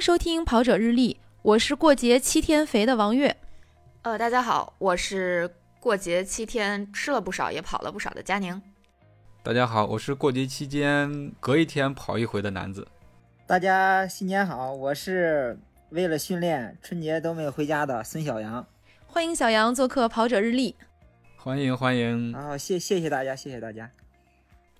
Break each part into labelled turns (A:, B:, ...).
A: 收听《跑者日历》，我是过节七天肥的王月。
B: 呃，大家好，我是过节七天吃了不少也跑了不少的佳宁。
C: 大家好，我是过节期间隔一天跑一回的男子。
D: 大家新年好，我是为了训练春节都没有回家的孙小杨。
A: 欢迎小杨做客《跑者日历》。
C: 欢迎欢迎，
D: 然后谢谢谢大家，谢谢大家。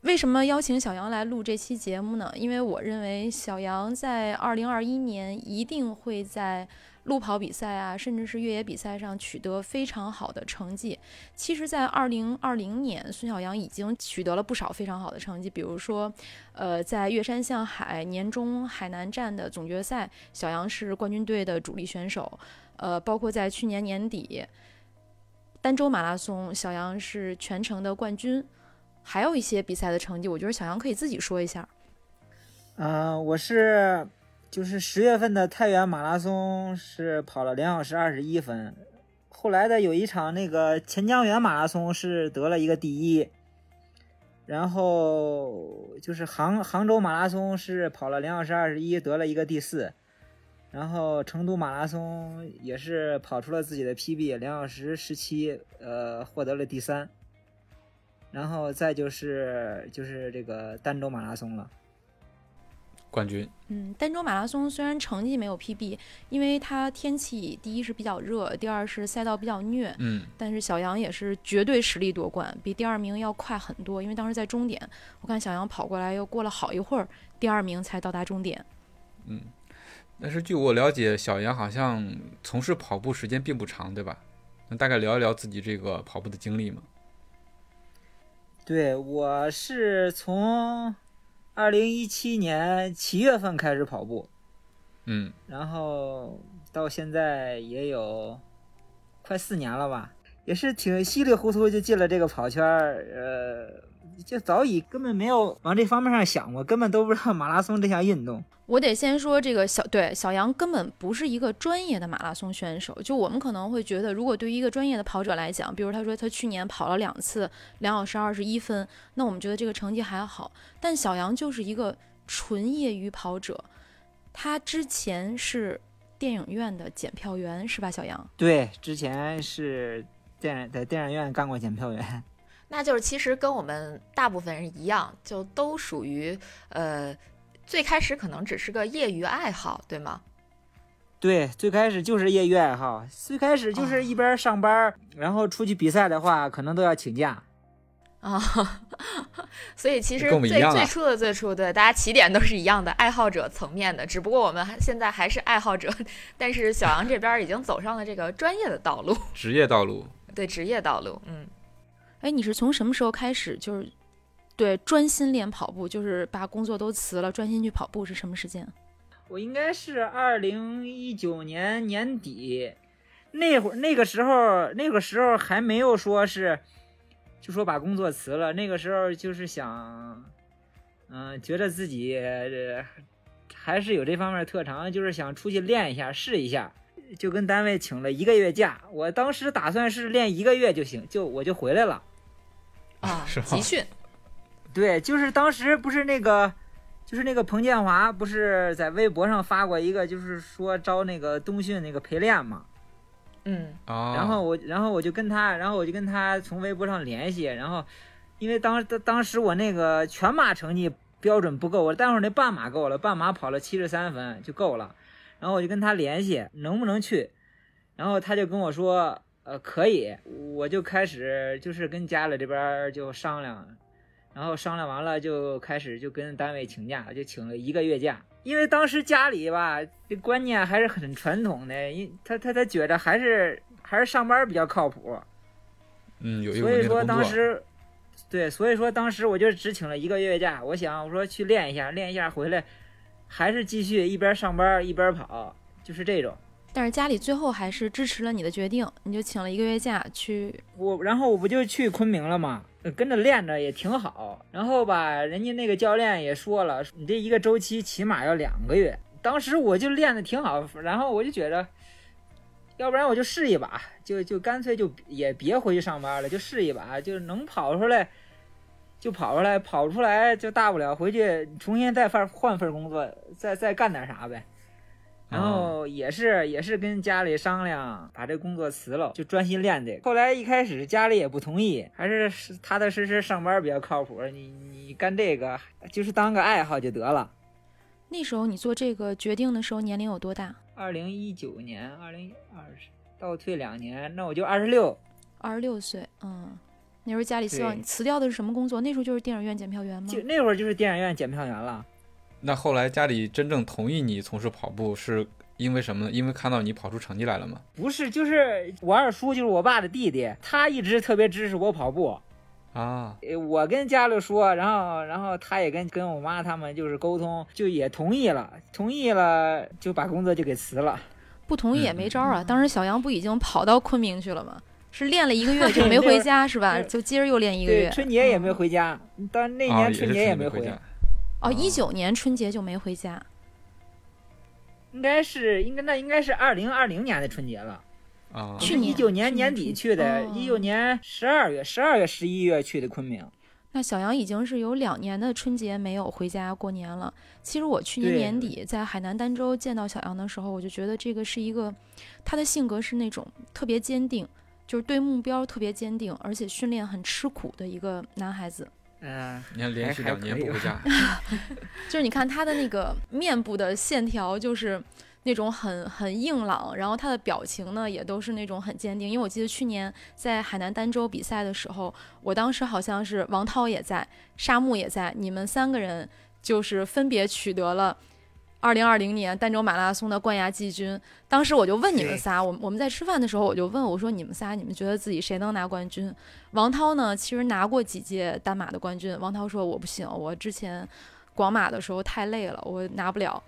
A: 为什么邀请小杨来录这期节目呢？因为我认为小杨在二零二一年一定会在路跑比赛啊，甚至是越野比赛上取得非常好的成绩。其实，在二零二零年，孙小杨已经取得了不少非常好的成绩，比如说，呃，在越山向海年终海南站的总决赛，小杨是冠军队的主力选手。呃，包括在去年年底儋州马拉松，小杨是全程的冠军。还有一些比赛的成绩，我觉得小杨可以自己说一下。
D: 嗯、我是就是十月份的太原马拉松是跑了两小时二十一分，后来的有一场那个钱江源马拉松是得了一个第一，然后就是杭杭州马拉松是跑了两小时二十一得了一个第四，然后成都马拉松也是跑出了自己的 PB 两小时十七，呃，获得了第三。然后再就是就是这个儋州马拉松了，
C: 冠军。
A: 嗯，儋州马拉松虽然成绩没有 PB，因为它天气第一是比较热，第二是赛道比较虐，
C: 嗯，
A: 但是小杨也是绝对实力夺冠，比第二名要快很多。因为当时在终点，我看小杨跑过来又过了好一会儿，第二名才到达终点。
C: 但是据我了解，小杨好像从事跑步时间并不长，对吧？那大概聊一聊自己这个跑步的经历嘛。
D: 对，我是从二零一七年七月份开始跑步，
C: 嗯，
D: 然后到现在也有快四年了吧，也是挺稀里糊涂就进了这个跑圈儿，呃，就早已根本没有往这方面上想过，根本都不知道马拉松这项运动。
A: 我得先说这个小对小杨根本不是一个专业的马拉松选手，就我们可能会觉得，如果对于一个专业的跑者来讲，比如他说他去年跑了两次两小时二十一分，那我们觉得这个成绩还好，但小杨就是一个纯业余跑者，他之前是电影院的检票员是吧？小杨，
D: 对，之前是电在电影院干过检票员。
B: 那就是其实跟我们大部分人一样，就都属于呃，最开始可能只是个业余爱好，对吗？
D: 对，最开始就是业余爱好，最开始就是一边上班儿，然后出去比赛的话，可能都要请假。
B: 啊、 所以其实
C: 跟我们一
B: 最
C: 样啊
B: 最初的最初，对大家起点都是一样的，爱好者层面的，只不过我们还现在还是爱好者， 但是小杨这边已经走上了这个专业的道路，
C: 职业道路，
B: 对职业道路，嗯。
A: 哎，你是从什么时候开始就是对专心练跑步，就是把工作都辞了，专心去跑步是什么时间？
D: 我应该是二零一九年年底，那会儿那个时候，那个时候还没有说是，就说把工作辞了。那个时候就是想，嗯、觉得自己、呃、还是有这方面特长，就是想出去练一下，试一下。就跟单位请了一个月假，我当时打算是练一个月就行，就我就回来了。
B: 啊
C: 是吧，
B: 集训，
D: 对，就是当时不是那个，就是那个彭建华不是在微博上发过一个，就是说招那个冬训那个陪练嘛。
B: 嗯，
C: 啊，
D: 然后我，然后我就跟他，然后我就跟他从微博上联系，然后因为当当当时我那个全马成绩标准不够，我待会儿那半马够了，半马跑了七十三分就够了。然后我就跟他联系，能不能去？然后他就跟我说，呃，可以。我就开始就是跟家里这边儿就商量，然后商量完了就开始就跟单位请假，就请了一个月假。因为当时家里吧，这观念还是很传统的，因他他他觉着还是还是上班比较靠谱，
C: 嗯，有一个
D: 所
C: 稳
D: 以
C: 定的
D: 说
C: 工作。
D: 当时，对，所以说当时我就只请了一个月假。我想我说去练一下，练一下回来，还是继续一边上班一边跑，就是这种。
A: 但是家里最后还是支持了你的决定，你就请了一个月假去。
D: 我然后我不就去昆明了吗？呃跟着练着也挺好。然后吧，人家那个教练也说了，你这一个周期起码要两个月。当时我就练的挺好，然后我就觉着，要不然我就试一把，就就干脆就也别回去上班了，就试一把，就是能跑出来就跑出来，跑不出来就大不了回去重新再换换份工作，再再干点啥呗。然后也是也是跟家里商量，把这工作辞了，就专心练这个。后来一开始家里也不同意，还是实踏踏实实上班比较靠谱。你你干这个就是当个爱好就得了。
A: 那时候你做这个决定的时候年龄有多大？
D: 二零一九年，二零二十倒退两年，那我就二十六。
A: 二十六岁，嗯，那时候家里希望
D: 对
A: 你辞掉的是什么工作？那时候就是电影院检票员吗
D: 就？那会儿就是电影院检票员了，
C: 那后来家里真正同意你从事跑步，是因为什么呢？因为看到你跑出成绩来了嘛。
D: 不是就是我二叔就是我爸的弟弟，他一直特别支持我跑步。
C: 啊，
D: 呃我跟家里说，然后然后他也跟跟我妈他们就是沟通，就也同意了，同意了就把工作就给辞了。
A: 不同意也
C: 嗯
A: 没招儿啊。当时小杨不已经跑到昆明去了吗？是练了一个月就 没回家是吧？
D: 对
A: 就接着又练一个
D: 对，
A: 月。嗯
D: 春节也没回家，到那
C: 啊
D: 年
C: 也是
D: 春节也没
C: 回
D: 回，
C: 家。
A: 哦，一九年春节就没回家。
D: 应该是应该那应该是二零二零年的春节了，
C: 啊，
A: 去年
D: 一九
A: 去年哦
D: 年年底去的，
A: 春
D: 一
A: 节
D: 九年十二月十二月十一月去的昆明。
A: 那小杨已经是有两年的春节没有回家过年了。其实我去年
D: 对
A: 年底在海南儋州见到小杨的时候，我就觉得这个是一个，他的性格是那种特别坚定，就是对目标特别坚定，而且训练很吃苦的一个男孩子。
D: 嗯，
C: 你看连续两年不回 家，
A: 就是你看他的那个面部的线条，就是那种很很硬朗，然后他的表情呢也都是那种很坚定。因为我记得去年在海南儋州比赛的时候，我当时好像是王涛也在，沙木也在，你们三个人就是分别取得了。二零二零年儋州马拉松的冠亚季军，当时我就问你们仨，我们我们在吃饭的时候我就问我说你们仨你们觉得自己谁能拿冠军？王涛呢，其实拿过几届单马的冠军。王涛说我不行，我之前广马的时候太累了，我拿不了。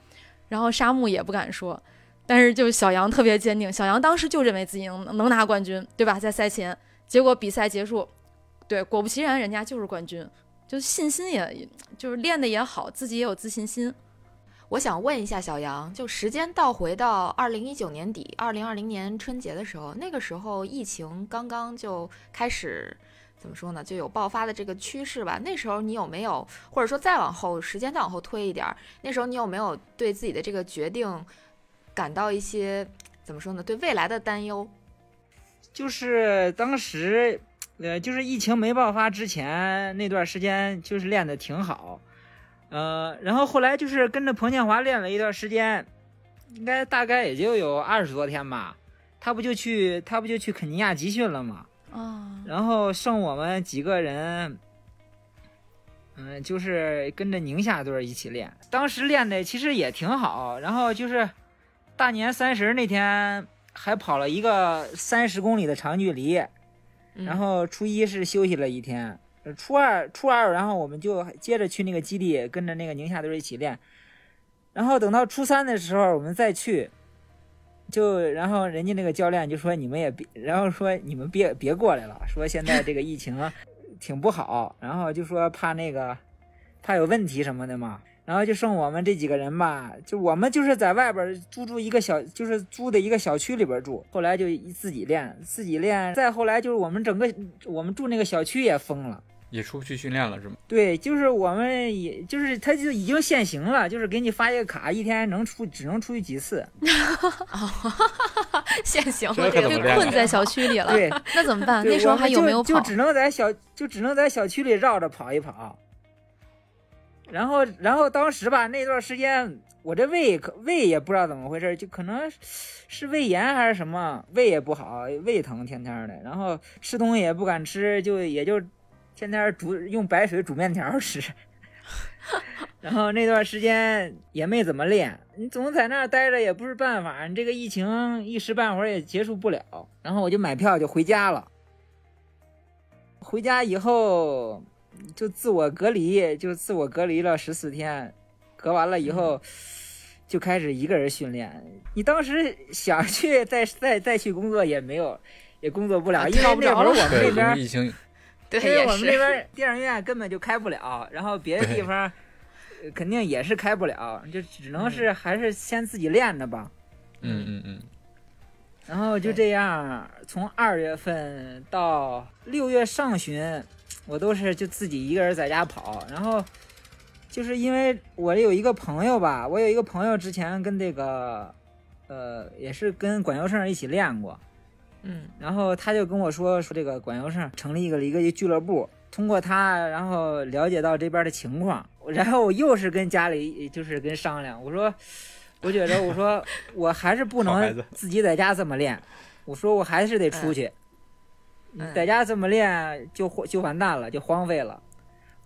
A: 然后沙木也不敢说，但是就是小杨特别坚定，小杨当时就认为自己能能拿冠军，对吧？在赛前，结果比赛结束，对，果不其然，人家就是冠军，就信心也就是练的也好，自己也有自信心。
B: 我想问一下小杨，就时间倒回到二零一九年底、二零二零年春节的时候，那个时候疫情刚刚就开始，怎么说呢，就有爆发的这个趋势吧。那时候你有没有，或者说再往后时间再往后推一点儿，那时候你有没有对自己的这个决定感到一些怎么说呢，对未来的担忧？
D: 就是当时，呃，就是疫情没爆发之前那段时间，就是练的挺好，呃，然后后来就是跟着彭建华练了一段时间，应该大概也就有二十多天吧。他不就去他不就去肯尼亚集训了吗？
A: 啊，
D: 然后剩我们几个人，嗯，就是跟着宁夏队儿一起练。当时练的其实也挺好，然后就是大年三十那天还跑了一个三十公里的长距离，
B: 嗯
D: 然后初一是休息了一天，呃初二初二，然后我们就接着去那个基地跟着那个宁夏队儿一起练，然后等到初三的时候我们再去，就然后人家那个教练就说你们也别，然后说你们别别过来了，说现在这个疫情挺不好，然后就说怕那个怕有问题什么的嘛。然后就剩我们这几个人吧，就我们就是在外边租住一个小，就是租的一个小区里边住。后来就自己练，自己练，再后来就是我们整个我们住那个小区也封了。
C: 也出不去训练了是吗？
D: 对，就是我们也就是他就已经限行了，就是给你发一个卡，一天能出只能出去几次。
B: 现行
C: 这
B: 了，
C: 可
B: 这个
C: 怎
A: 被
C: 么练
A: 困
C: 啊
A: 在小区里了，
D: 对，
A: 那怎么办？
D: 对
A: 那时候
D: 我们
A: 还有
D: 就
A: 没有
D: 就
A: 跑？
D: 只能在小就只能在小区里绕着跑一跑。然后，然后当时吧，那段时间我这胃可胃也不知道怎么回事，就可能是是胃炎还是什么，胃也不好，胃疼天天的。然后吃东西也不敢吃，就也就天天煮用白水煮面条吃。 然后那段时间也没怎么练，你总在那儿待着也不是办法，你这个疫情一时半会儿也结束不了。然后我就买票就回家了。回家以后就自我隔离，就自我隔离了十四天，隔完了以后就开始一个人训练。你当时想去再 再再去工作也没有，也工作不了，
B: 啊
D: 因为
B: 对
D: 那会儿我们
C: 对，
D: 那
C: 因
D: 边
C: 为疫情
B: 对，
D: 因为
B: 也
D: 我们那
B: 是。
D: 边电影院根本就开不了，然后别的地方呃肯定也是开不了，就只能是还是先自己练着吧。
C: 嗯嗯嗯，
D: 然后就这样，从二月份到六月上旬，我都是就自己一个人在家跑。然后就是因为我有一个朋友吧，我有一个朋友之前跟这个呃，也是跟管优胜一起练过，
B: 嗯
D: 然后他就跟我说说这个管优胜成立一个一个俱乐部，通过他然后了解到这边的情况，然后我又是跟家里就是跟商量，我说我觉着我说 我还是不
C: 好孩
D: 能
C: 子
D: 自己在家这么练，我说我还是得出去，
B: 嗯
D: 在家这么练就荒就完蛋了，就荒废了。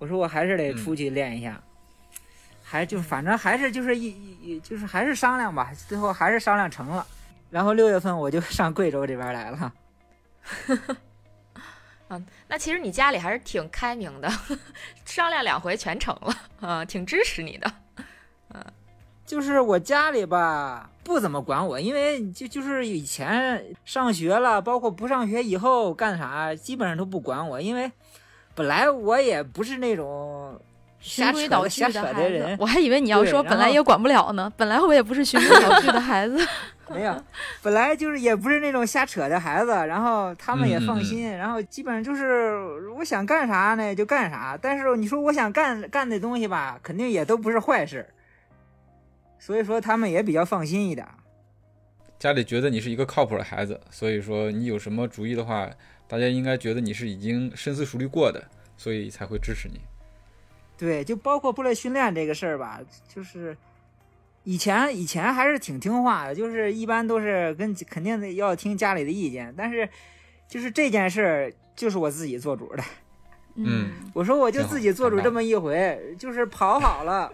D: 我说我还是得
C: 嗯
D: 出去练一下，还就反正还是就是一一一就是还是商量吧，最后还是商量成了。然后六月份我就上贵州这边来了。
B: 那其实你家里还是挺开明的， 商量两回全成了，啊、挺支持你的。
D: 就是我家里吧，不怎么管我，因为就就是以前上学了，包括不上学以后干啥，基本上都不管我，因为本来我也不是那种
A: 循
D: 瞎
A: 规
D: 扯
A: 导
D: 的
A: 矩
D: 瞎
A: 的
D: 扯
A: 孩子
D: 人，，
A: 我还以为你要
D: 对
A: 说
D: 然
A: 本来
D: 后
A: 也管不了呢，本来我也不是循规蹈矩的孩子。
D: 没有，本来就是也不是那种瞎扯的孩子，然后他们也放心，然后基本上就是我想干啥呢就干啥，但是你说我想干干的东西吧，肯定也都不是坏事，所以说他们也比较放心一点。
C: 家里觉得你是一个靠谱的孩子，所以说你有什么主意的话，大家应该觉得你是已经深思熟虑过的，所以才会支持你。
D: 对，就包括部队训练这个事儿吧，就是以前以前还是挺听话的，就是一般都是跟肯定得要听家里的意见，但是就是这件事儿就是我自己做主的。
C: 嗯，
D: 我说我就
C: 挺好
D: 自己做主
C: 挺棒
D: 这么一回，就是跑好了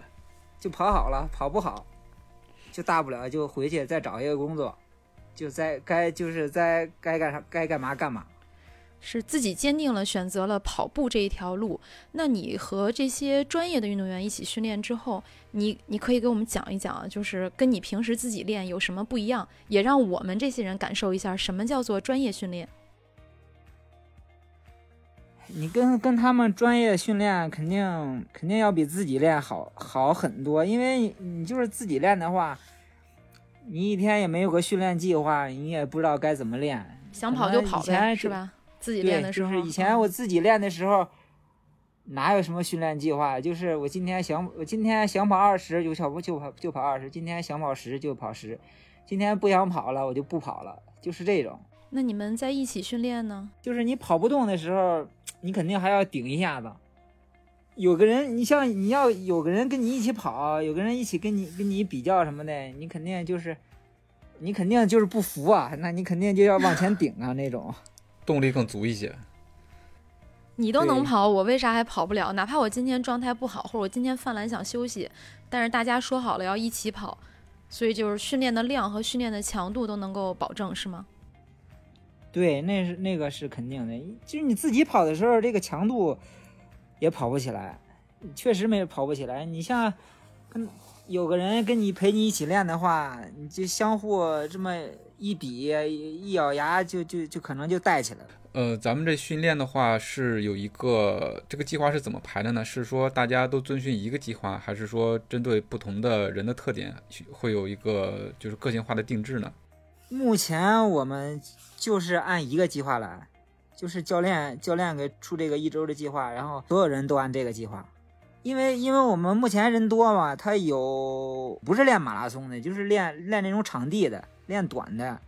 D: 就跑好了，跑不好就大不了就回去再找一个工作，就在该就是在该干啥该干嘛干嘛。
A: 是自己坚定了选择了跑步这一条路。那你和这些专业的运动员一起训练之后，你你可以给我们讲一讲啊，就是跟你平时自己练有什么不一样，也让我们这些人感受一下什么叫做专业训练。
D: 你跟跟他们专业训练，肯定肯定要比自己练好好很多，因为你你就是自己练的话，你一天也没有个训练计划，你也不知道该怎么练。
A: 想跑就跑
D: 可能以
A: 呗，
D: 前
A: 是吧？自己
D: 对，
A: 练的时候，嗯
D: 就是以前我自己练的时候，哪有什么训练计划？就是我今天想，我今天想跑二十就跑不就跑就跑二十，今天想跑十就跑十，今天不想跑了我就不跑了，就是这种。
A: 那你们在一起训练呢？
D: 就是你跑不动的时候，你肯定还要顶一下子。有个人，你像你要有个人跟你一起跑，有个人一起跟你跟你比较什么的，你肯定就是，你肯定就是不服啊，那你肯定就要往前顶啊那种。
C: 动力更足一些。
A: 你都能
D: 对
A: 跑，我为啥还跑不了？哪怕我今天状态不好，或者我今天犯懒想休息，但是大家说好了要一起跑，所以就是训练的量和训练的强度都能够保证，是吗？
D: 对，那是那个是肯定的，就是你自己跑的时候，这个强度也跑不起来，确实没跑不起来。你像跟有个人跟你陪你一起练的话，你就相互这么一比，一咬牙就就就可能就带起来了。
C: 呃，咱们这训练的话是有一个这个计划是怎么排的呢？是说大家都遵循一个计划，还是说针对不同的人的特点去会有一个就是个性化的定制呢？
D: 目前我们就是按一个计划来，就是教练教练给出这个一周的计划，然后所有人都按这个计划。因为因为我们目前人多嘛，他有不是练马拉松的，就是练练那种场地的，练短的。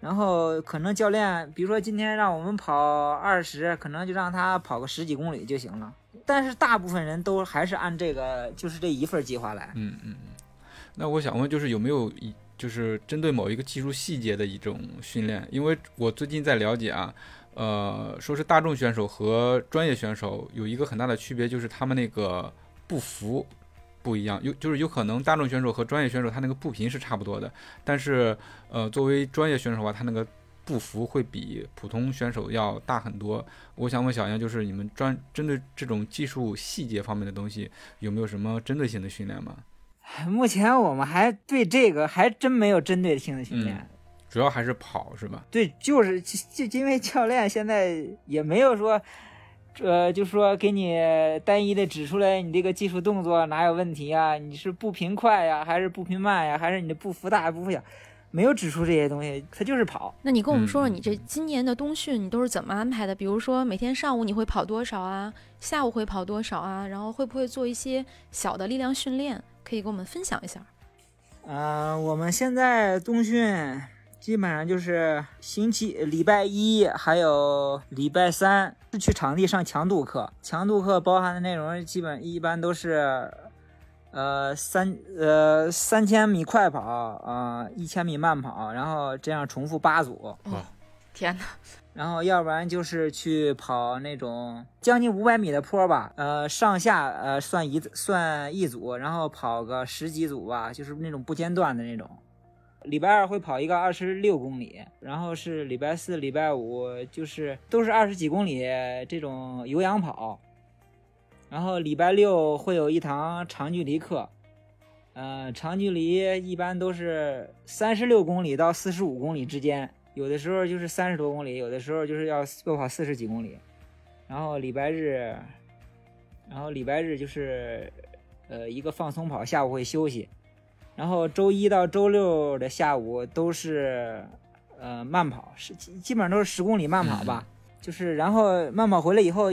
D: 然后可能教练，比如说今天让我们跑二十，可能就让他跑个十几公里就行了。但是大部分人都还是按这个，就是这一份计划来。
C: 嗯嗯，嗯，那我想问，就是有没有一就是针对某一个技术细节的一种训练？因为我最近在了解啊，呃，说是大众选手和专业选手有一个很大的区别，就是他们那个步幅不一样，有就是有可能大众选手和专业选手他那个步频是差不多的，但是呃，作为专业选手的话，他那个步幅会比普通选手要大很多。我想问小杨，就是你们专针对这种技术细节方面的东西，有没有什么针对性的训练吗？
D: 目前我们还对这个还真没有针对性的训练。
C: 嗯主要还是跑是吧？
D: 对，就是就就因为教练现在也没有说，呃，就说给你单一的指出来你这个技术动作哪有问题啊？你是步频快呀，还是步频慢呀，还是你的步幅大步幅小？没有指出这些东西，他就是跑。
A: 那你跟我们说说，
C: 嗯嗯
A: 你这今年的冬训你都是怎么安排的？比如说每天上午你会跑多少啊？下午会跑多少啊？然后会不会做一些小的力量训练？可以给我们分享一下。
D: 呃，我们现在冬训基本上就是星期礼拜一还有礼拜三是去场地上强度课，强度课包含的内容基本一般都是，呃三呃三千米快跑啊、一千米慢跑，然后这样重复八组，
B: 嗯
C: 啊
B: 天哪，
D: 然后要不然就是去跑那种将近五百米的坡吧，呃，上下呃算一算一组，然后跑个十几组吧，就是那种不间断的那种。礼拜二会跑一个二十六公里，然后是礼拜四、礼拜五就是都是二十几公里这种有氧跑，然后礼拜六会有一堂长距离课，呃，长距离一般都是三十六公里到四十五公里之间，有的时候就是三十多公里，有的时候就是要要跑四十几公里。然后礼拜日，然后礼拜日就是呃一个放松跑，下午会休息。然后周一到周六的下午都是呃慢跑，是基基本上都是十公里慢跑吧。就是然后慢跑回来以后，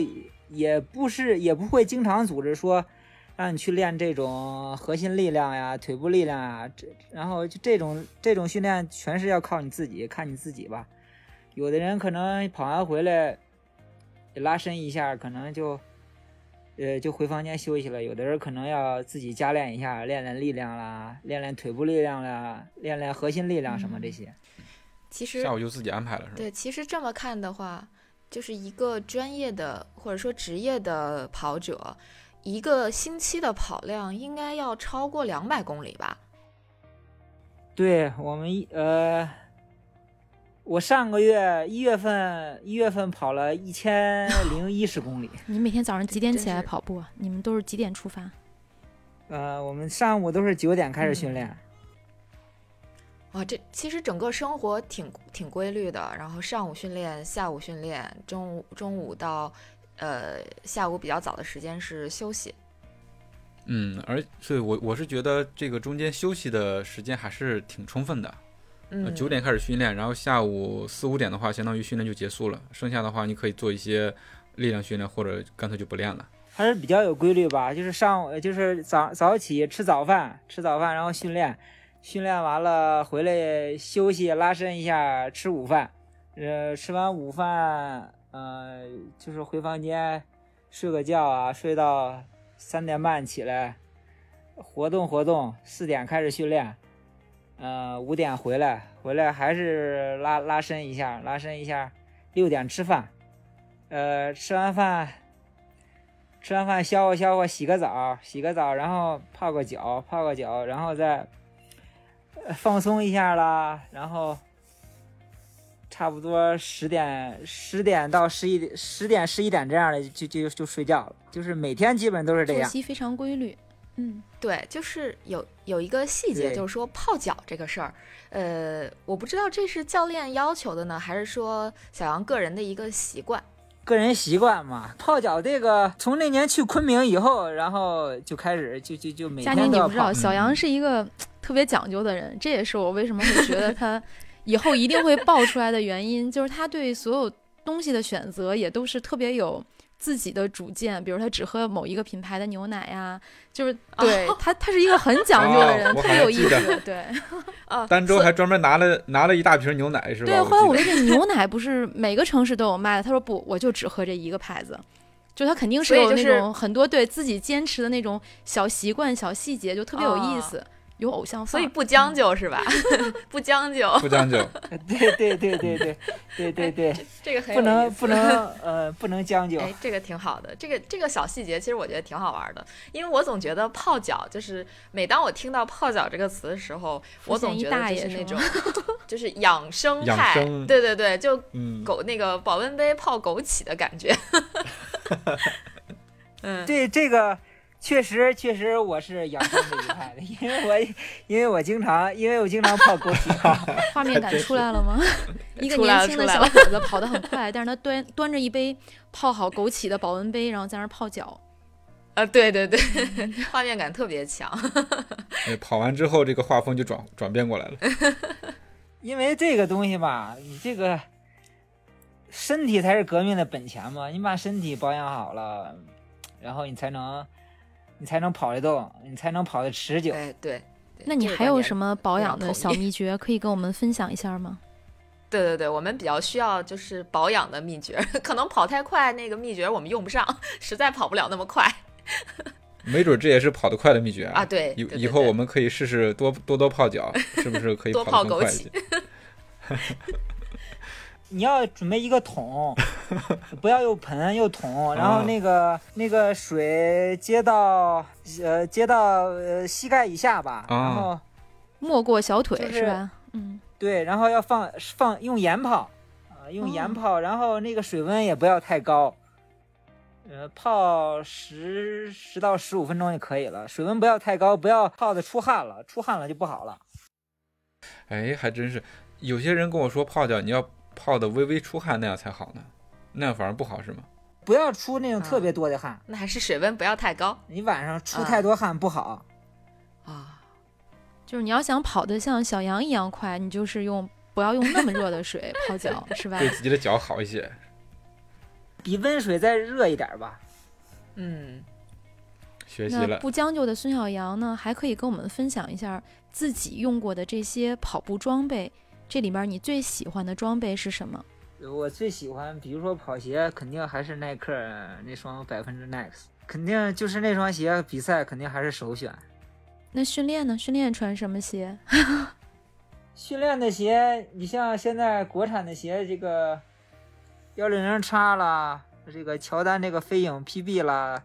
D: 也不是也不会经常组织说让你去练这种核心力量呀、腿部力量啊，这然后就这种这种训练全是要靠你自己，看你自己吧。有的人可能跑完回来拉伸一下，可能就呃就回房间休息了；有的人可能要自己加练一下，练练力量啦，练练腿部力量啦，练练核心力量什么这些。
B: 其实
C: 下午就自己安排了是吧？
B: 对，其实这么看的话，就是一个专业的或者说职业的跑者，一个星期的跑量应该要超过两百公里吧？
D: 对我们一呃，我上个月一月份一月份跑了一千零一十公里。
A: 你每天早上几点起来
B: 真是
A: 跑步啊？你们都是几点出发？
D: 呃，我们上午都是九点开始训练。
B: 哇，这其实整个生活挺挺规律的，然后上午训练，下午训练，中午中午到呃下午比较早的时间是休息。
C: 嗯，而所以我我是觉得这个中间休息的时间还是挺充分的。
B: 嗯，
C: 呃九、9点开始训练，然后下午四五点的话，相当于训练就结束了。剩下的话，你可以做一些力量训练，或者干脆就不练了。
D: 还是比较有规律吧，就是上午就是早早起吃早饭，吃早饭然后训练，训练完了回来休息拉伸一下，吃午饭，呃，吃完午饭，呃，就是回房间睡个觉啊，睡到三点半起来，活动活动，四点开始训练，呃，五点回来，回来还是拉拉伸一下，拉伸一下，六点吃饭，呃，吃完饭。吃完饭消化消化，洗个澡，洗个澡，然后泡个脚，泡个脚，然后再呃放松一下啦，然后差不多十点十点到十一点十点十一点这样的就就就睡觉了，就是每天基本都是这
A: 作
D: 样。
A: 息非常规律。嗯，
B: 对，就是有有一个细节，
D: 对
B: 就是说泡脚这个事儿，呃，我不知道这是教练要求的呢，还是说小杨个人的一个习惯。
D: 个人习惯嘛，泡脚这个从那年去昆明以后，然后就开始就就就每
A: 佳
D: 天
A: 宁，
D: 都
A: 你
D: 要
A: 不知道，
D: 泡。
A: 小
B: 嗯
A: 杨是一个嘖特别讲究的人，这也是我为什么会觉得他以后一定会爆出来的原因，就是他对所有东西的选择也都是特别有。自己的主见，比如他只喝某一个品牌的牛奶呀、 就是 对、
B: 哦
A: 他，他是一个很讲究的人，
C: 哦我
A: 特
C: 好
A: 别
C: 像
A: 有意
C: 记得
A: 思。对
B: 呃，
C: 儋州
B: 所
C: 还专门拿了拿了一大瓶牛奶是吧？
A: 对，
C: 我
A: 后来
C: 记
A: 我
C: 得
A: 说这牛奶不是每个城市都有卖的，他说不，我就只喝这一个牌子，就他肯定是
B: 所以
A: 有
B: 就
A: 那
B: 是
A: 种很多对自己坚持的那种小习惯、小细节，就特别有意
B: 啊
A: 思，有偶像范
B: 所
A: 儿。
B: 以不将就，是吧？不将就，
C: 不将就，
D: 对对对对对对对 对，
B: 这个很
D: 不
B: 有
D: 能
B: 意思
D: 不能呃不能将就。
B: 哎，这个挺好的，这个这个小细节其实我觉得挺好玩的，因为我总觉得泡脚就是每当我听到泡脚这个词的时候，我总
A: 现一
B: 觉得
A: 大
B: 就
A: 爷
B: 是
A: 是
B: 那种
A: 吗
B: 就是养生
C: 养
B: 派，
C: 生
B: 对对对，就
C: 嗯，
B: 狗那个保温杯泡枸杞的感觉。嗯，
D: 对这个确实确实我是养生这一派的， 因为我因为我经常因为我经常泡枸杞，
A: 画面感出来了 吗？一个
B: 出来了
A: 年轻的
B: 出来
A: 小
B: 了
A: 伙子跑得很快，但是他端端着一杯泡好枸杞的保温杯，然后在那儿泡脚。
B: 啊，对对 对，画面感特别强。
C: 哎跑完之后这个画风就转转变过来了。
D: 因为这个东西吧，你这个身体才是革命的本钱嘛，你把身体保养好了，然后你才能你才能跑得动，你才能跑得持久。
B: 哎，对，
A: 那你还有什
B: 么？
A: 么保
B: 非
A: 养
B: 常
A: 的
B: 同
A: 小
B: 意
A: 秘诀可以跟我们分享一下 吗？
B: 对对对，我们比较需要就是保养的秘诀，可能跑太快那个秘诀我们用不上，实在跑不了那么快
C: 没准这也是跑得快的秘诀
B: 啊。对，
C: 以
B: 对对
C: 以后
B: 对
C: 我们可以试试多多多泡脚，是不是可 以
B: 多泡
C: 跑得更
B: 枸
C: 快一
B: 杞
C: 些？
D: 你要准备一个桶，不要又盆又桶，然后那个、那个水接到呃接到呃膝盖以下吧，
C: 啊
D: 然后
A: 没过小腿、
D: 就是
A: 是、吧？嗯，
D: 对，然后要放放用盐泡，啊、
B: 哦
D: 用盐泡，然后那个水温也不要太高，呃，泡十十到十五分钟就可以了，水温不要太高，不要泡的出汗了，出汗了就不好了。
C: 哎，还真是，有些人跟我说泡脚你要泡的微微出汗那样才好呢，那样反而不好是吗？
D: 不要出那种特
B: 啊
D: 别多的汗，
B: 那还是水温不要太高
D: 你晚上出
B: 啊
D: 太多汗不好。
B: 啊。
A: 就是你要想跑得像小羊一样快，你就是用不要用那么热的水泡 脚，是吧？
C: 对自己的脚好一些。
D: 比温水再热一点儿吧。
B: 嗯，
C: 学习
A: 那
C: 了，
A: 不将就的孙小羊呢，还可以跟我们分享一下自己用过的这些跑步装备，这里面你最喜欢的装备是什么？
D: 我最喜欢，比如说跑鞋，肯定还是耐克儿那双百分之 Next，肯定就是那双鞋，比赛肯定还是首选。
A: 那训练呢？训练穿什么鞋？
D: 训练的鞋，你像现在国产的鞋，这个幺零零叉啦，这个乔丹这个飞影 PB 啦，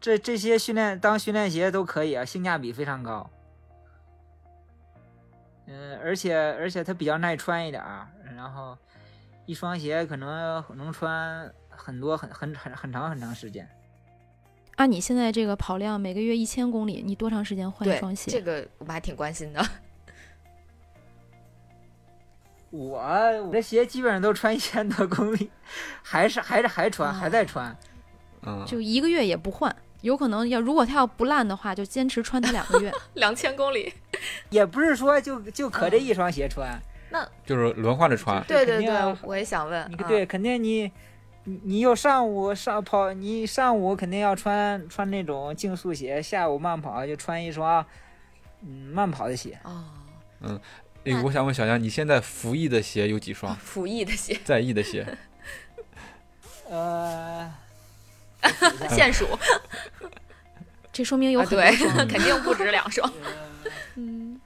D: 这这些训练当训练鞋都可以啊，性价比非常高。嗯，而且而且它比较耐穿一点儿，然后一双鞋可能能穿很多很很很很长很长时间。
A: 按你现在这个跑量，每个月一千公里，你多长时间换一
B: 对
A: 双，鞋？
B: 这个我们还挺关心的。
D: 我我的鞋基本上都穿一千多公里，还是还是还穿还在穿。
C: 嗯，
A: 就一个月也不换，有可能要如果它要不烂的话，就坚持穿它两 个月。
B: 两千公里，
D: 也不是说就就可这一双鞋穿，
C: 就是轮换着穿。
B: 对
D: 肯
B: 对
D: 定
B: 对
D: 啊，
B: 我也想问，
D: 你
B: 啊
D: 对，肯定你你你有上午上跑，你上午肯定要穿穿那种竞速鞋，下午慢跑就穿一双嗯慢跑的鞋。
B: 哦，
C: 哎，我想问小杨，你现在服役的鞋有几双？
B: 服役的鞋，
C: 在役的鞋
D: 呃，
B: 限数啊，
A: 这说明有很多
B: 对，
A: 双
B: 肯定不止两 双。
A: 嗯，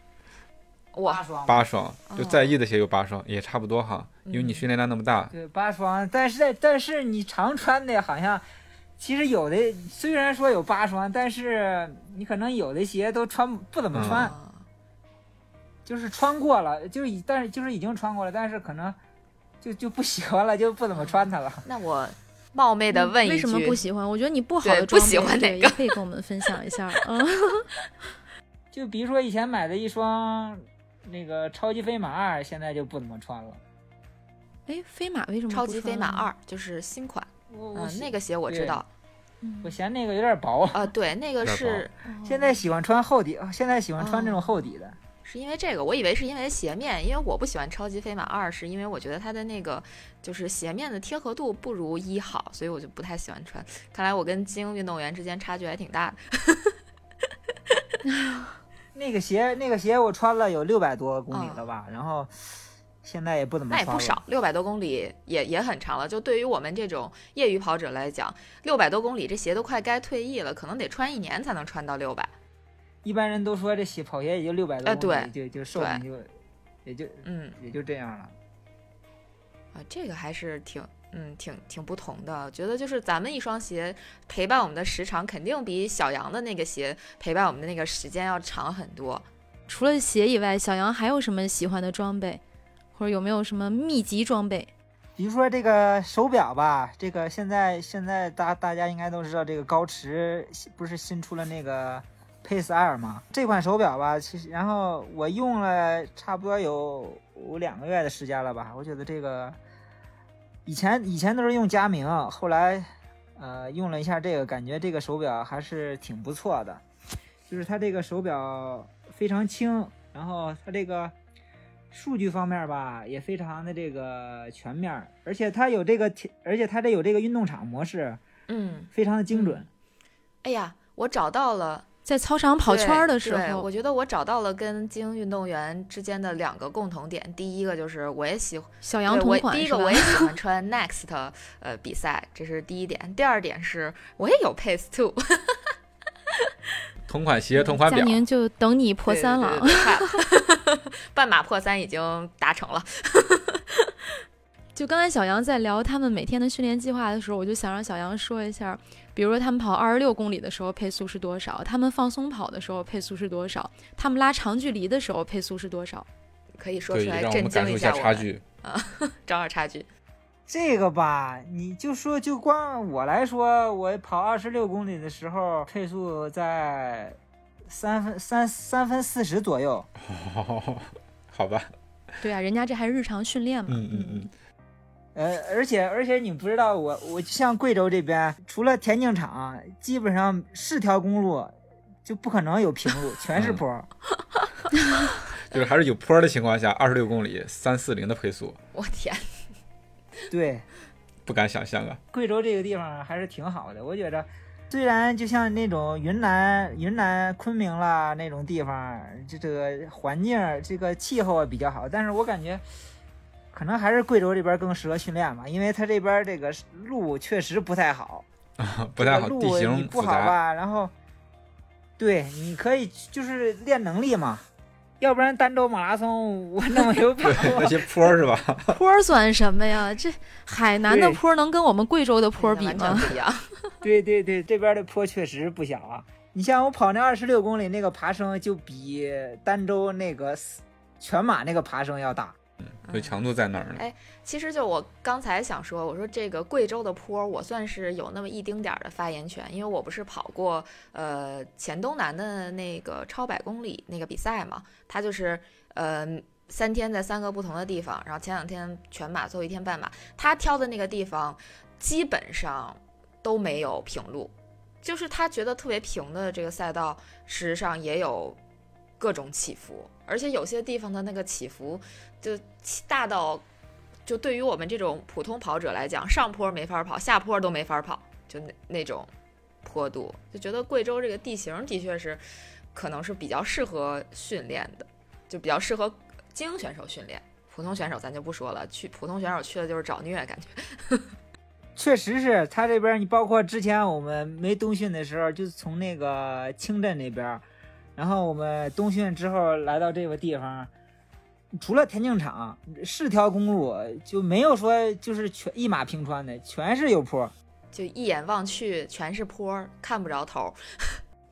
B: 我
D: 呃双吧
C: 八双，就在役的鞋有八双，也差不多哈。因为你训练量那么大，
D: 对八双，但是但是你常穿的好像。其实有的虽然说有八双，但是你可能有的鞋都穿不怎么
C: 嗯
D: 穿，
B: 啊
D: 就是穿过了，就是已但是就是已经穿过了，但是可能就就不喜欢了，就不怎么穿它了。
B: 那我冒昧的问一
A: 嗯
B: 句，
A: 为什么不喜欢？我觉得你不好
B: 对
A: 的
B: 不
A: 装备
B: 喜欢
A: 对
B: 哪个
A: 也可以跟我们分享一下。嗯，
D: 就比如说以前买的一双那个超级飞马二，现在就不怎么穿了。
A: 哎，飞马为什么
B: 超
A: 不
B: 级
A: 穿
B: 飞马
A: 了呢？
B: 二就是新款，
D: 我
B: 嗯、
D: 我喜、
B: 那个鞋我知
D: 对
B: 道，
A: 嗯
D: 我嫌那个有点薄，
B: 啊，对，那个
C: 有点
B: 是
A: 哦
D: 现在喜欢穿厚底，现在喜欢穿这
B: 哦
D: 种厚底的。
B: 是因为这个，我以为是因为鞋面，因为我不喜欢超级飞马二，是因为我觉得它的那个就是鞋面的贴合度不如一好，所以我就不太喜欢穿。看来我跟精英运动员之间差距还挺大的。
D: 那个鞋那个鞋我穿了有六百多公里了吧，然后现在也不怎
B: 哦
D: 么
B: 那也
D: 穿了。
B: 不少，六百多公里也也很长了。就对于我们这种业余跑者来讲，六百多公里这鞋都快该退役了，可能得穿一年才能穿到六百。
D: 一般人都说这鞋跑鞋也就六百多
B: 呃
D: 公里，
B: 对
D: 就就寿命就也就
B: 嗯，
D: 也就这样了。
B: 啊，这个还是挺，嗯，挺挺不同的。觉得就是咱们一双鞋陪伴我们的时长，肯定比小杨的那个鞋陪伴我们的那个时间要长很多。
A: 除了鞋以外，小杨还有什么喜欢的装备，或者有没有什么秘籍装备？
D: 比如说这个手表吧，这个现在现在大大家应该都知道，这个高驰不是新出了那个 Pace 二嘛？这款手表吧，其实然后我用了差不多有两个月的时间了吧，我觉得这个以前以前都是用佳明，后来呃用了一下这个，感觉这个手表还是挺不错的，就是它这个手表非常轻，然后它这个。数据方面吧，也非常的这个全面儿，而且它有这个铁，而且它这有这个运动场模式，
B: 嗯，
D: 非常的精准。
B: 哎呀，我找到了
A: 在操场跑圈儿
B: 对
A: 的时
B: 对
A: 候
B: 我，觉得我找到了跟精英运动员之间的两个共同点。第一个就是我也喜欢，
A: 小
B: 对
A: 羊同
B: 我
A: 款
B: 第一
A: 是
B: 个
A: 吧？
B: 我也喜 欢穿 Next 呃比赛，这是第一点。第二点是我也有 Pace Two，
C: 同款鞋、同款
A: 佳
C: 表，
A: 宁就等你破三了
B: 对
A: 啊，
B: 对对对 快了半马破三已经达成了。
A: 就刚才小杨在聊他们每天的训练计划的时候，我就想让小杨说一下，比如说他们跑二十六公里的时候配速是多少，他们放松跑的时候配速是多少，他们拉长距离的时候配速是多少。
B: 可以说
C: 对，
B: 出来
C: 让我
B: 震
C: 们感
B: 惊
C: 受一
B: 下
C: 下
B: 我
C: 差
B: 们，
C: 距。
B: 找找差距。
D: 这个吧，你就说就光我来说，我跑二十六公里的时候配速在三分三三分四十左右，
C: 好吧，
A: 对啊，人家这还是日常训练嘛。
C: 嗯嗯嗯，
D: 呃，而且而且你不知道我我像贵州这边，除了田径场，基本上是条公路就不可能有平路，全是坡。
C: 嗯就是还是有坡儿的情况下，二十六公里三四零的配速，
B: 我天，
D: 对，
C: 不敢想象啊。
D: 贵州这个地方还是挺好的，我觉着。虽然就像那种云南、云南昆明啦那种地方，这这个环境、这个气候啊比较好，但是我感觉可能还是贵州这边更适合训练吧，因为它这边这个路确实不太好。
C: 不太好，
D: 路
C: 地
D: 你
C: 形
D: 不
C: 复
D: 好啊
C: 杂。
D: 吧？然后，对，你可以就是练能力嘛，要不然儋州马拉松我那 么有把
C: 对那
D: 握，
C: 些坡儿是吧？
A: 坡儿算什么呀？这海南的
D: 对
A: 坡儿能跟我们贵州的坡儿比
B: 完全
A: 吗？
B: 不一样。
D: 对对对，这边的坡确实不小啊。你像我跑那二十六公里那个爬升，就比儋州那个四全马那个爬升要大。
C: 所以强度在那儿呢
B: 哎。其实就我刚才想说，我说这个贵州的坡儿，我算是有那么一丁点儿的发言权，因为我不是跑过呃黔东南的那个超百公里那个比赛嘛，它就是呃三天在三个不同的地方，然后前两天全马，最后一天半马，他挑的那个地方基本上都没有平路，就是他觉得特别平的这个赛道，事实上也有各种起伏，而且有些地方的那个起伏就大到，就对于我们这种普通跑者来讲，上坡没法跑，下坡都没法跑，就那那种坡度，就觉得贵州这个地形的确是可能是比较适合训练的，就比较适合精英选手训练。普通选手咱就不说了，去普通选手去了就是找虐，感觉
D: 确实是他这边，你包括之前我们没冬训的时候，就是从那个清镇那边，然后我们冬训之后来到这个地方，除了田径场是条公路，就没有说就是全一马平川的，全是有坡。
B: 就一眼望去全是坡儿，看不着头儿。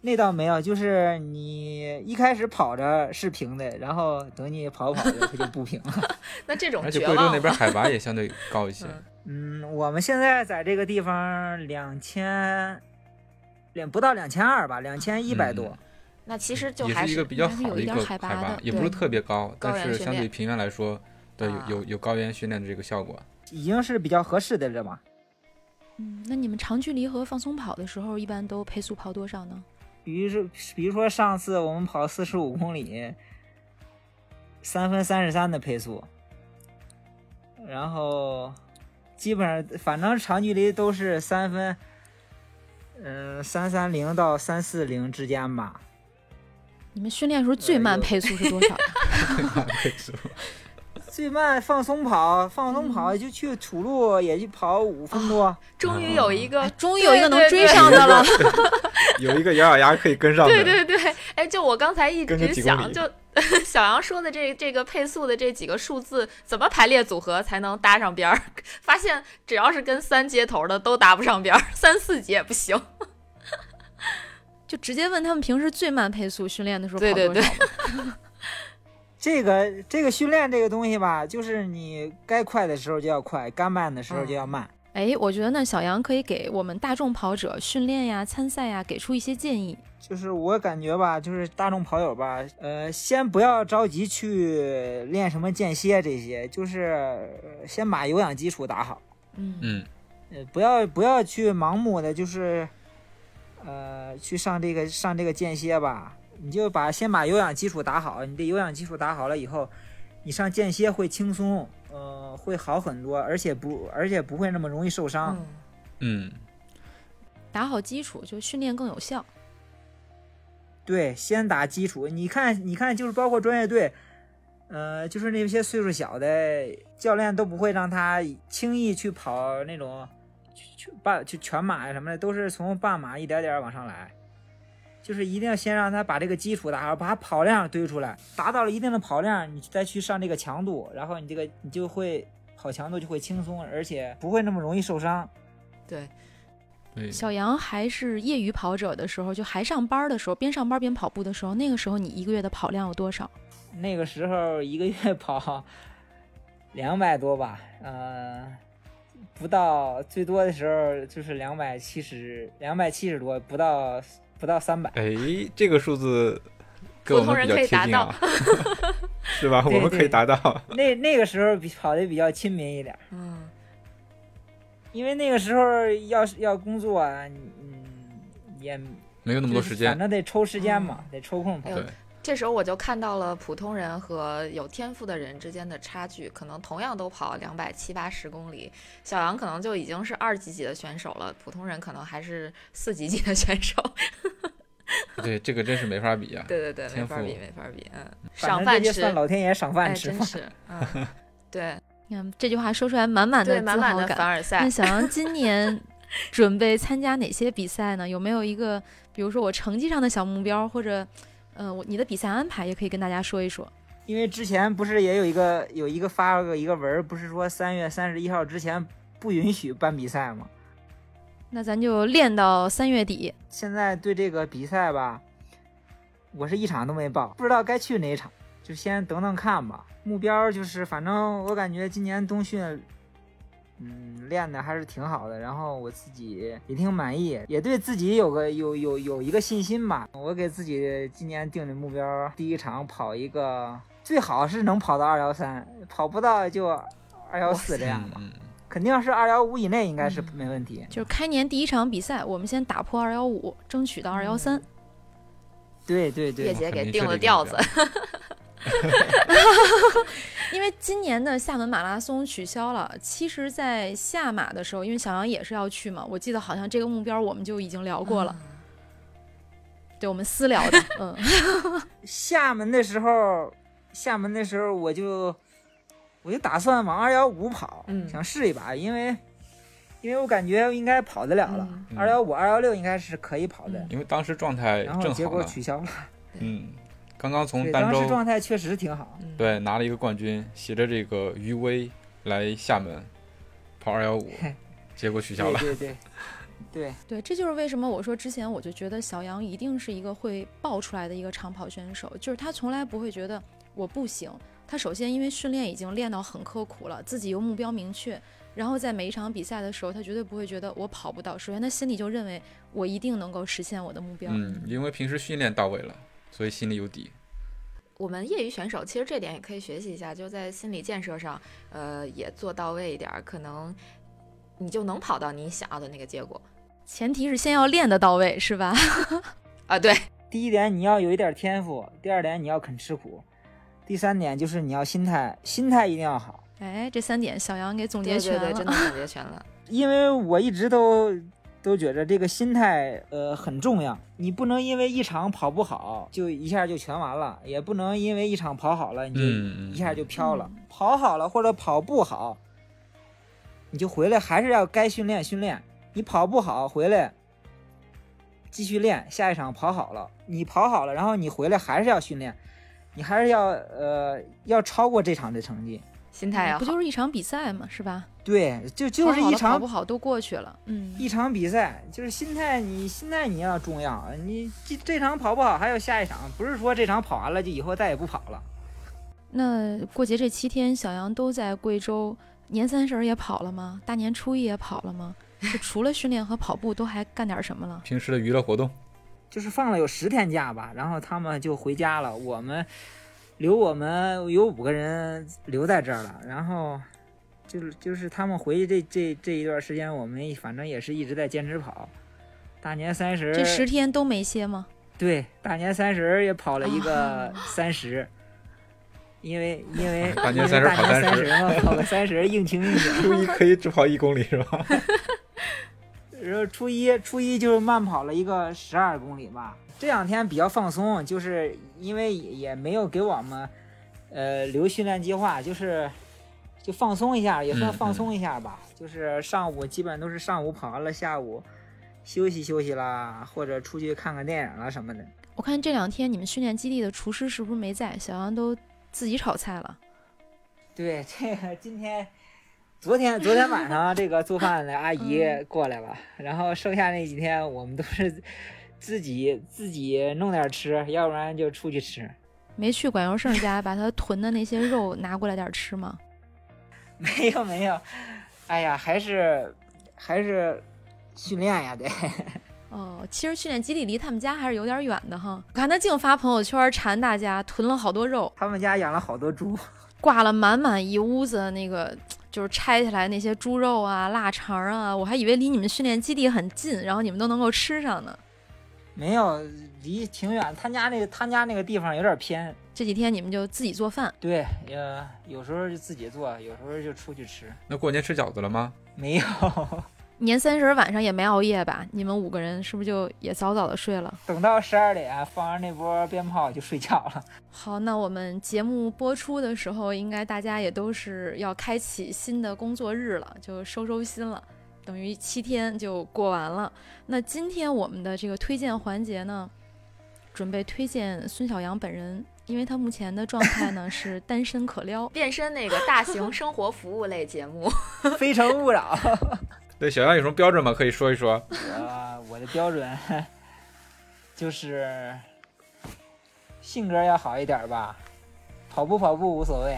D: 那倒没有，就是你一开始跑着是平的，然后等你跑跑着它就不平了。
B: 那这种
C: 而且
B: 哎绝
C: 贵州
B: 望
C: 那边海拔也相对高一些，
B: 嗯
D: 嗯，我们现在在这个地方两千，两不到两千二吧，两千一百多。
C: 嗯
B: 那其实就
C: 也
B: 还
C: 是一个比较好
A: 还是有
C: 的
A: 一
C: 个
A: 点
C: 海
A: 海拔的
C: 也不是
A: 对
C: 特别高，
B: 高
C: 但
B: 原
C: 是
B: 训
C: 相对
B: 练
C: 平原来说，对，有
B: 啊
C: 有有高原训练的这个效果。
D: 已经是比较合适的了嘛。
A: 嗯，那你们长距离和放松跑的时候，一般都配速跑多少呢？
D: 比如说，比如说上次我们跑四十五公里，三分三十三的配速，然后基本上反正长距离都是三分，嗯，三三零到三四零之间吧。
A: 你们训练的时候最慢
D: 有
A: 配速是多少？
D: 最慢放松跑，放松跑就去土路，也就跑五分多。
B: 终于有 一个
A: 哎终于有一个能
B: 对对
A: 追上的 了。
C: 有一个咬咬牙可以跟上的，
B: 对对对，哎，就我刚才一
C: 跟个
B: 直
C: 几公
B: 想，
C: 里
B: 就 小杨说的这这个配速的这几个数字怎么排列组合才能搭上边儿？发现只要是跟三接头的都搭不上边儿，三四级也不行。
A: 就直接问他们平时最慢配速训练的时候跑
B: 对
A: 多
B: 对
A: 少吧。
B: 对
D: 这个这个训练这个东西吧，就是你该快的时候就要快，该慢的时候就要慢。
A: 哎，我觉得那小杨可以给我们大众跑者训练呀、参赛呀，给出一些建议。
D: 就是我感觉吧，就是大众跑友吧，呃，先不要着急去练什么间歇这些，就是呃先把有氧基础打好，
B: 嗯，
C: 嗯，
D: 呃，不要不要去盲目的就是，呃，去上这个上这个间歇吧，你就把先把有氧基础打好，你的有氧基础打好了以后，你上间歇会轻松，呃，会好很多，而且不而且不会那么容易受
C: 啊
D: 伤。
B: 嗯
C: 嗯，
A: 打好基础，就训练更有效。
D: 对，先打基础。你看，你看，就是包括专业队，呃，就是那些岁数小的教练都不会让他轻易去跑那种去去半去全马呀什么的，都是从半马一点点往上来。就是一定要先让他把这个基础打好，把他跑量堆出来，达到了一定的跑量，你再去上这个强度，然后你这个你就会跑强度就会轻松，而且不会那么容易受伤。
B: 对，
C: 对，
A: 小杨还是业余跑者的时候，就还上班的时候，边上班边跑步的时候，那个时候你一个月的跑量有多少？
D: 那个时候一个月 跑两百多吧，呃，不到最多的时候就是两百七十，两百七十多，不到不到三百。
C: 哎，这个数字跟我们比较贴
B: 普通
C: 近
B: 人
C: 啊，是吧？
D: 对
C: 我们可以达到。
D: 那那个时候比跑的比较亲民一点，
B: 嗯，
D: 因为那个时候要是要工作啊，你嗯，也
C: 没有那
D: 那
C: 么多时
D: 反
C: 间。嗯
D: 正得抽时间嘛，得抽空跑。
B: 哎呦
C: 对，
B: 这时候我就看到了普通人和有天赋的人之间的差距，可能同样都跑两百七八十公里，小杨可能就已经是二级级的选手了，普通人可能还是四级级的选手。
C: 对，这个真是没法比啊。
B: 对对对，没
C: 天
B: 法比，
C: 赋
B: 没法比，嗯，
D: 反
B: 赏
D: 正
B: 饭
D: 这
B: 吃
D: 就，算老天爷赏
B: 哎，
D: 饭吃
B: 真
D: 嘛。
B: 是，嗯， 对
A: 你看嗯这句话说出来，满满的
B: 对，
A: 自
B: 满满
A: 豪
B: 的
A: 感。
B: 凡尔赛
A: 那。小杨今 年准备参加哪些比赛呢？有没有一个，比如说我成绩上的小目标，或者，呃，我你的比赛安排也可以跟大家说一说。
D: 因为之前不是也有一个有一个发了个一个文儿，不是说三月三十一号之前不允许办比赛吗？
A: 那咱就练到三月底。
D: 现在对这个比赛吧，我是一场都没报，不知道该去哪场，就先等等看吧。目标就是，反正我感觉今年冬训，嗯，练的还是挺好的，然后我自己也挺满意，也对自己有个有有有一个信心吧。我给自己今年定的目标，第一场跑一个，最好是能跑到二幺三，跑不到就二幺四这样
C: 嗯
D: 吧，
C: 嗯，
D: 肯定是二幺五以内应该是没问题。
A: 就是开年第一场比赛，我们先打破二幺五，争取到二幺三。
D: 对对对，
B: 叶姐给
C: 肯定是
B: 定
C: 这
B: 了
C: 个
B: 调
C: 目
B: 子
C: 标，
A: 因为今年的厦门马拉松取消了。其实，在下马的时候，因为小杨也是要去嘛，我记得好像这个目标我们就已经聊过了，
B: 嗯
A: 对我们私聊的。嗯，
D: 厦门的时候，厦门的时候我就我就打算往二幺五跑，
B: 嗯
D: 想试一把，因为因为我感觉应该跑得了了
B: 嗯，
C: 嗯
D: 二幺五、二幺六应该是可以跑的。
B: 嗯
C: 因为当时状态
D: 然后
C: 正
D: 结
C: 好
D: 果
C: 呢。
D: 取消了，
C: 嗯，刚刚从
D: 对，
C: 儋
D: 当时
C: 州
D: 状态确实挺好。
B: 嗯
C: 对拿了一个冠军，携着这个余威来厦门跑二幺五，结果取消
D: 对
C: 了。
D: 对对对，
A: 对，这就是为什么我说之前我就觉得小杨一定是一个会爆出来的一个长跑选手，就是他从来不会觉得我不行。他首先因为训练已经练到很刻苦了，自己有目标明确，然后在每一场比赛的时候，他绝对不会觉得我跑不到。首先他心里就认为我一定能够实现我的目标。
C: 嗯，因为平时训练到位了，所以心里有底。
B: 我们业余选手其实这点也可以学习一下，就在心理建设上，呃，也做到位一点，儿，可能你就能跑到你想要的那个结果
A: 前提是先要练得到位，是吧？
B: 啊。对，
D: 第一点你要有一点天赋，第二点你要肯吃苦，第三点就是你要心态，心态一定要好。
A: 哎，这三点小杨给总结
B: 对
A: 全
B: 对
A: 了。
B: 对，真的 总结全了。
D: 因为我一直都都觉着这个心态呃很重要，你不能因为一场跑不好就一下就全完了，也不能因为一场跑好了你就
C: 嗯，嗯
D: 一下就飘了。跑好了或者跑不好，你就回来还是要该训练训练。你跑不好回来继续练，下一场跑好了，你跑好了，然后你回来还是要训练，你还是要呃要超过这场的成绩。
B: 心态
A: 嗯
B: 要
A: 不
B: 好，
A: 就是一场比赛嘛，是吧？
D: 对，就就是
A: 跑好了
D: 一
A: 跑
D: 场
A: 不好都过去了。嗯，
D: 一场比赛就是心态你，心态你要重要。你这这场跑不好，还有下一场，不是说这场跑完了就以后再也不跑了。
A: 那过节这七天，小杨都在贵州，年三十儿也跑了吗？大年初一也跑了吗？就除了训练和跑步，都还干点什么了？
C: 平时的娱乐活动，
D: 就是放了有十天假吧，然后他们就回家了。我们留我们有五个人留在这儿了，然后就是就是他们回去这这这一段时间，我们反正也是一直在坚持跑。大年三十，
A: 这十天都没歇吗？
D: 对，大年三十也跑了一个三十、因为因为
C: 大
D: 因
C: 年
D: 为
C: 三十
D: 大
C: 跑三
D: 年三十嘛，跑个三十应情应景。
C: 初一可以只跑一公里是吧？
D: 然后初一初一就是慢跑了一个十二公里吧。这两天比较放松，就是因为也也没有给我们呃留训练计划，就是就放松一下，也算
C: 嗯
D: 放松一下吧。就是上午基本都是上午跑完了，下午休息休息啦，或者出去看看电影啦什么的。
A: 我看这两天你们训练基地的厨师是不是没在？小杨都自己炒菜了。
D: 对，这个今天。昨天昨天晚上这个做饭的阿姨
A: 嗯
D: 过来了，然后剩下那几天我们都是自己自己弄点吃，要不然就出去吃。
A: 没去管荣胜家把他囤的那些肉拿过来点儿吃吗？
D: 没有没有，哎呀，还是还是训练呀，得。
A: 哦，其实训练基地离他们家还是有点远的哈。我看他净发朋友圈馋大家囤了好多肉，
D: 他们家养了好多猪，
A: 挂了满满一屋子那个就是拆下来那些猪肉啊、腊肠啊，我还以为离你们训练基地很近，然后你们都能够吃上呢。
D: 没有离挺远。他家那个他家那个地方有点偏，
A: 这几天你们就自己做饭，
D: 对，呃，有时候就自己做，有时候就出去吃。
C: 那过年吃饺子了吗？
D: 没有，
A: 年三十晚上也没熬夜吧？你们五个人是不是就也早早的睡了？
D: 等到十二点放完那波鞭炮就睡觉了。
A: 好，那我们节目播出的时候，应该大家也都是要开启新的工作日了，就收收心了，等于七天就过完了。那今天我们的这个推荐环节呢，准备推荐孙小阳本人，因为他目前的状态呢 是单身可撩。
B: 变身那个大型生活服务类节目，
D: 非诚勿扰。
C: 对，小杨有什么标准吗？可以说一说。
D: 我我的标准就是性格要好一点吧，跑步跑步无所 谓。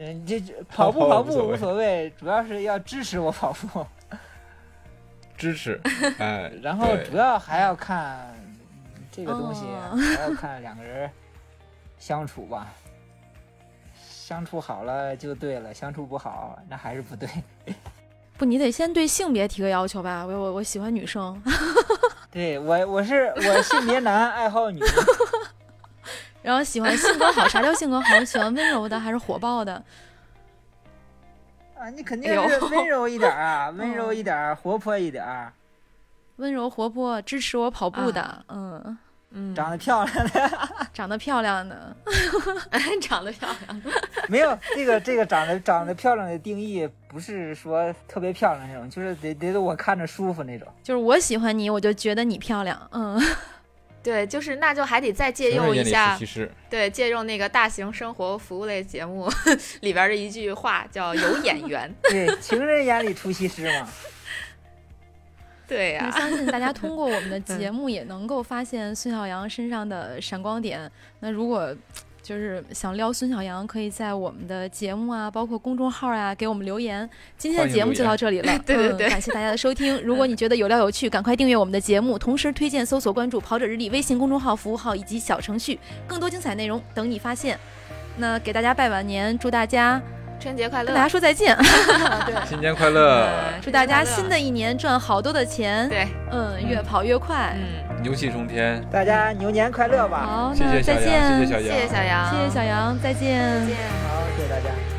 D: 嗯，这这跑步跑
C: 跑步无
D: 步
C: 所谓
D: 无所谓，主要是要支持我跑步，
C: 支持，哎，
D: 然后
C: 对
D: 主要还要看这个东西，
A: 哦
D: 还要看两个人相处吧。相处好了就对了，相处不好那还是不对。
A: 不，你得先对性别提个要求吧？我我我喜欢女生，
D: 对我我是我性别男，爱好女。
A: 然后喜欢性格好，啥叫性格好？喜欢温柔的还是火爆的？
D: 啊，你肯定
B: 哎呦嗯
D: 是温柔一点儿 啊，温柔一点儿，活泼一点儿，啊
A: 温柔活泼，支持我跑步的，嗯。
B: 嗯，
D: 长得漂亮的。
A: 长得漂亮的，
B: 长得 漂亮，
D: 没有这个这个长得长得漂亮的定义，不是说特别漂亮那种，就是得得得我看着舒服那种。
A: 就是我喜欢你，我就觉得你漂亮。嗯，
B: 对，就是那就还得再借
C: 成
B: 用
C: 人
B: 一
C: 眼里
B: 下
C: 是，其实
B: 对，借用那个大型生活服务类节目里边的一句话，叫“有眼缘
D: 对，情人眼里出西施嘛。”。
B: 对啊嗯呀、
A: 我 相信大家通过我们的节目也能够发现孙小阳身上的闪光点。那如果就是想撩孙小阳，可以在我们的节目啊，包括公众号啊，给我们留言。嗯今天的节目就到这里了，
B: 对对对
A: 嗯感谢大家的收听。如果你觉得有料有趣，赶快订阅我们的节目，同时推荐、搜索、关注“跑者日历”微信公众号、服务号以及小程序，更多精彩内容等你发现。那给大家拜晚年，祝大家
B: 春节快乐
A: 跟大！家说再见。
C: 新年快乐
B: 嗯，
A: 祝大家新的一年赚好多的钱，
B: 对，
A: 嗯，越跑越快。
B: 嗯，
C: 牛气冲天。
D: 大家牛年快乐吧！
A: 好，
C: 谢
A: 那
C: 谢小
A: 再
C: 杨，
A: 见，
C: 谢谢小
B: 谢
C: 杨
B: 谢，小杨，
A: 谢谢小杨，再
B: 再见。
D: 好，谢谢大家。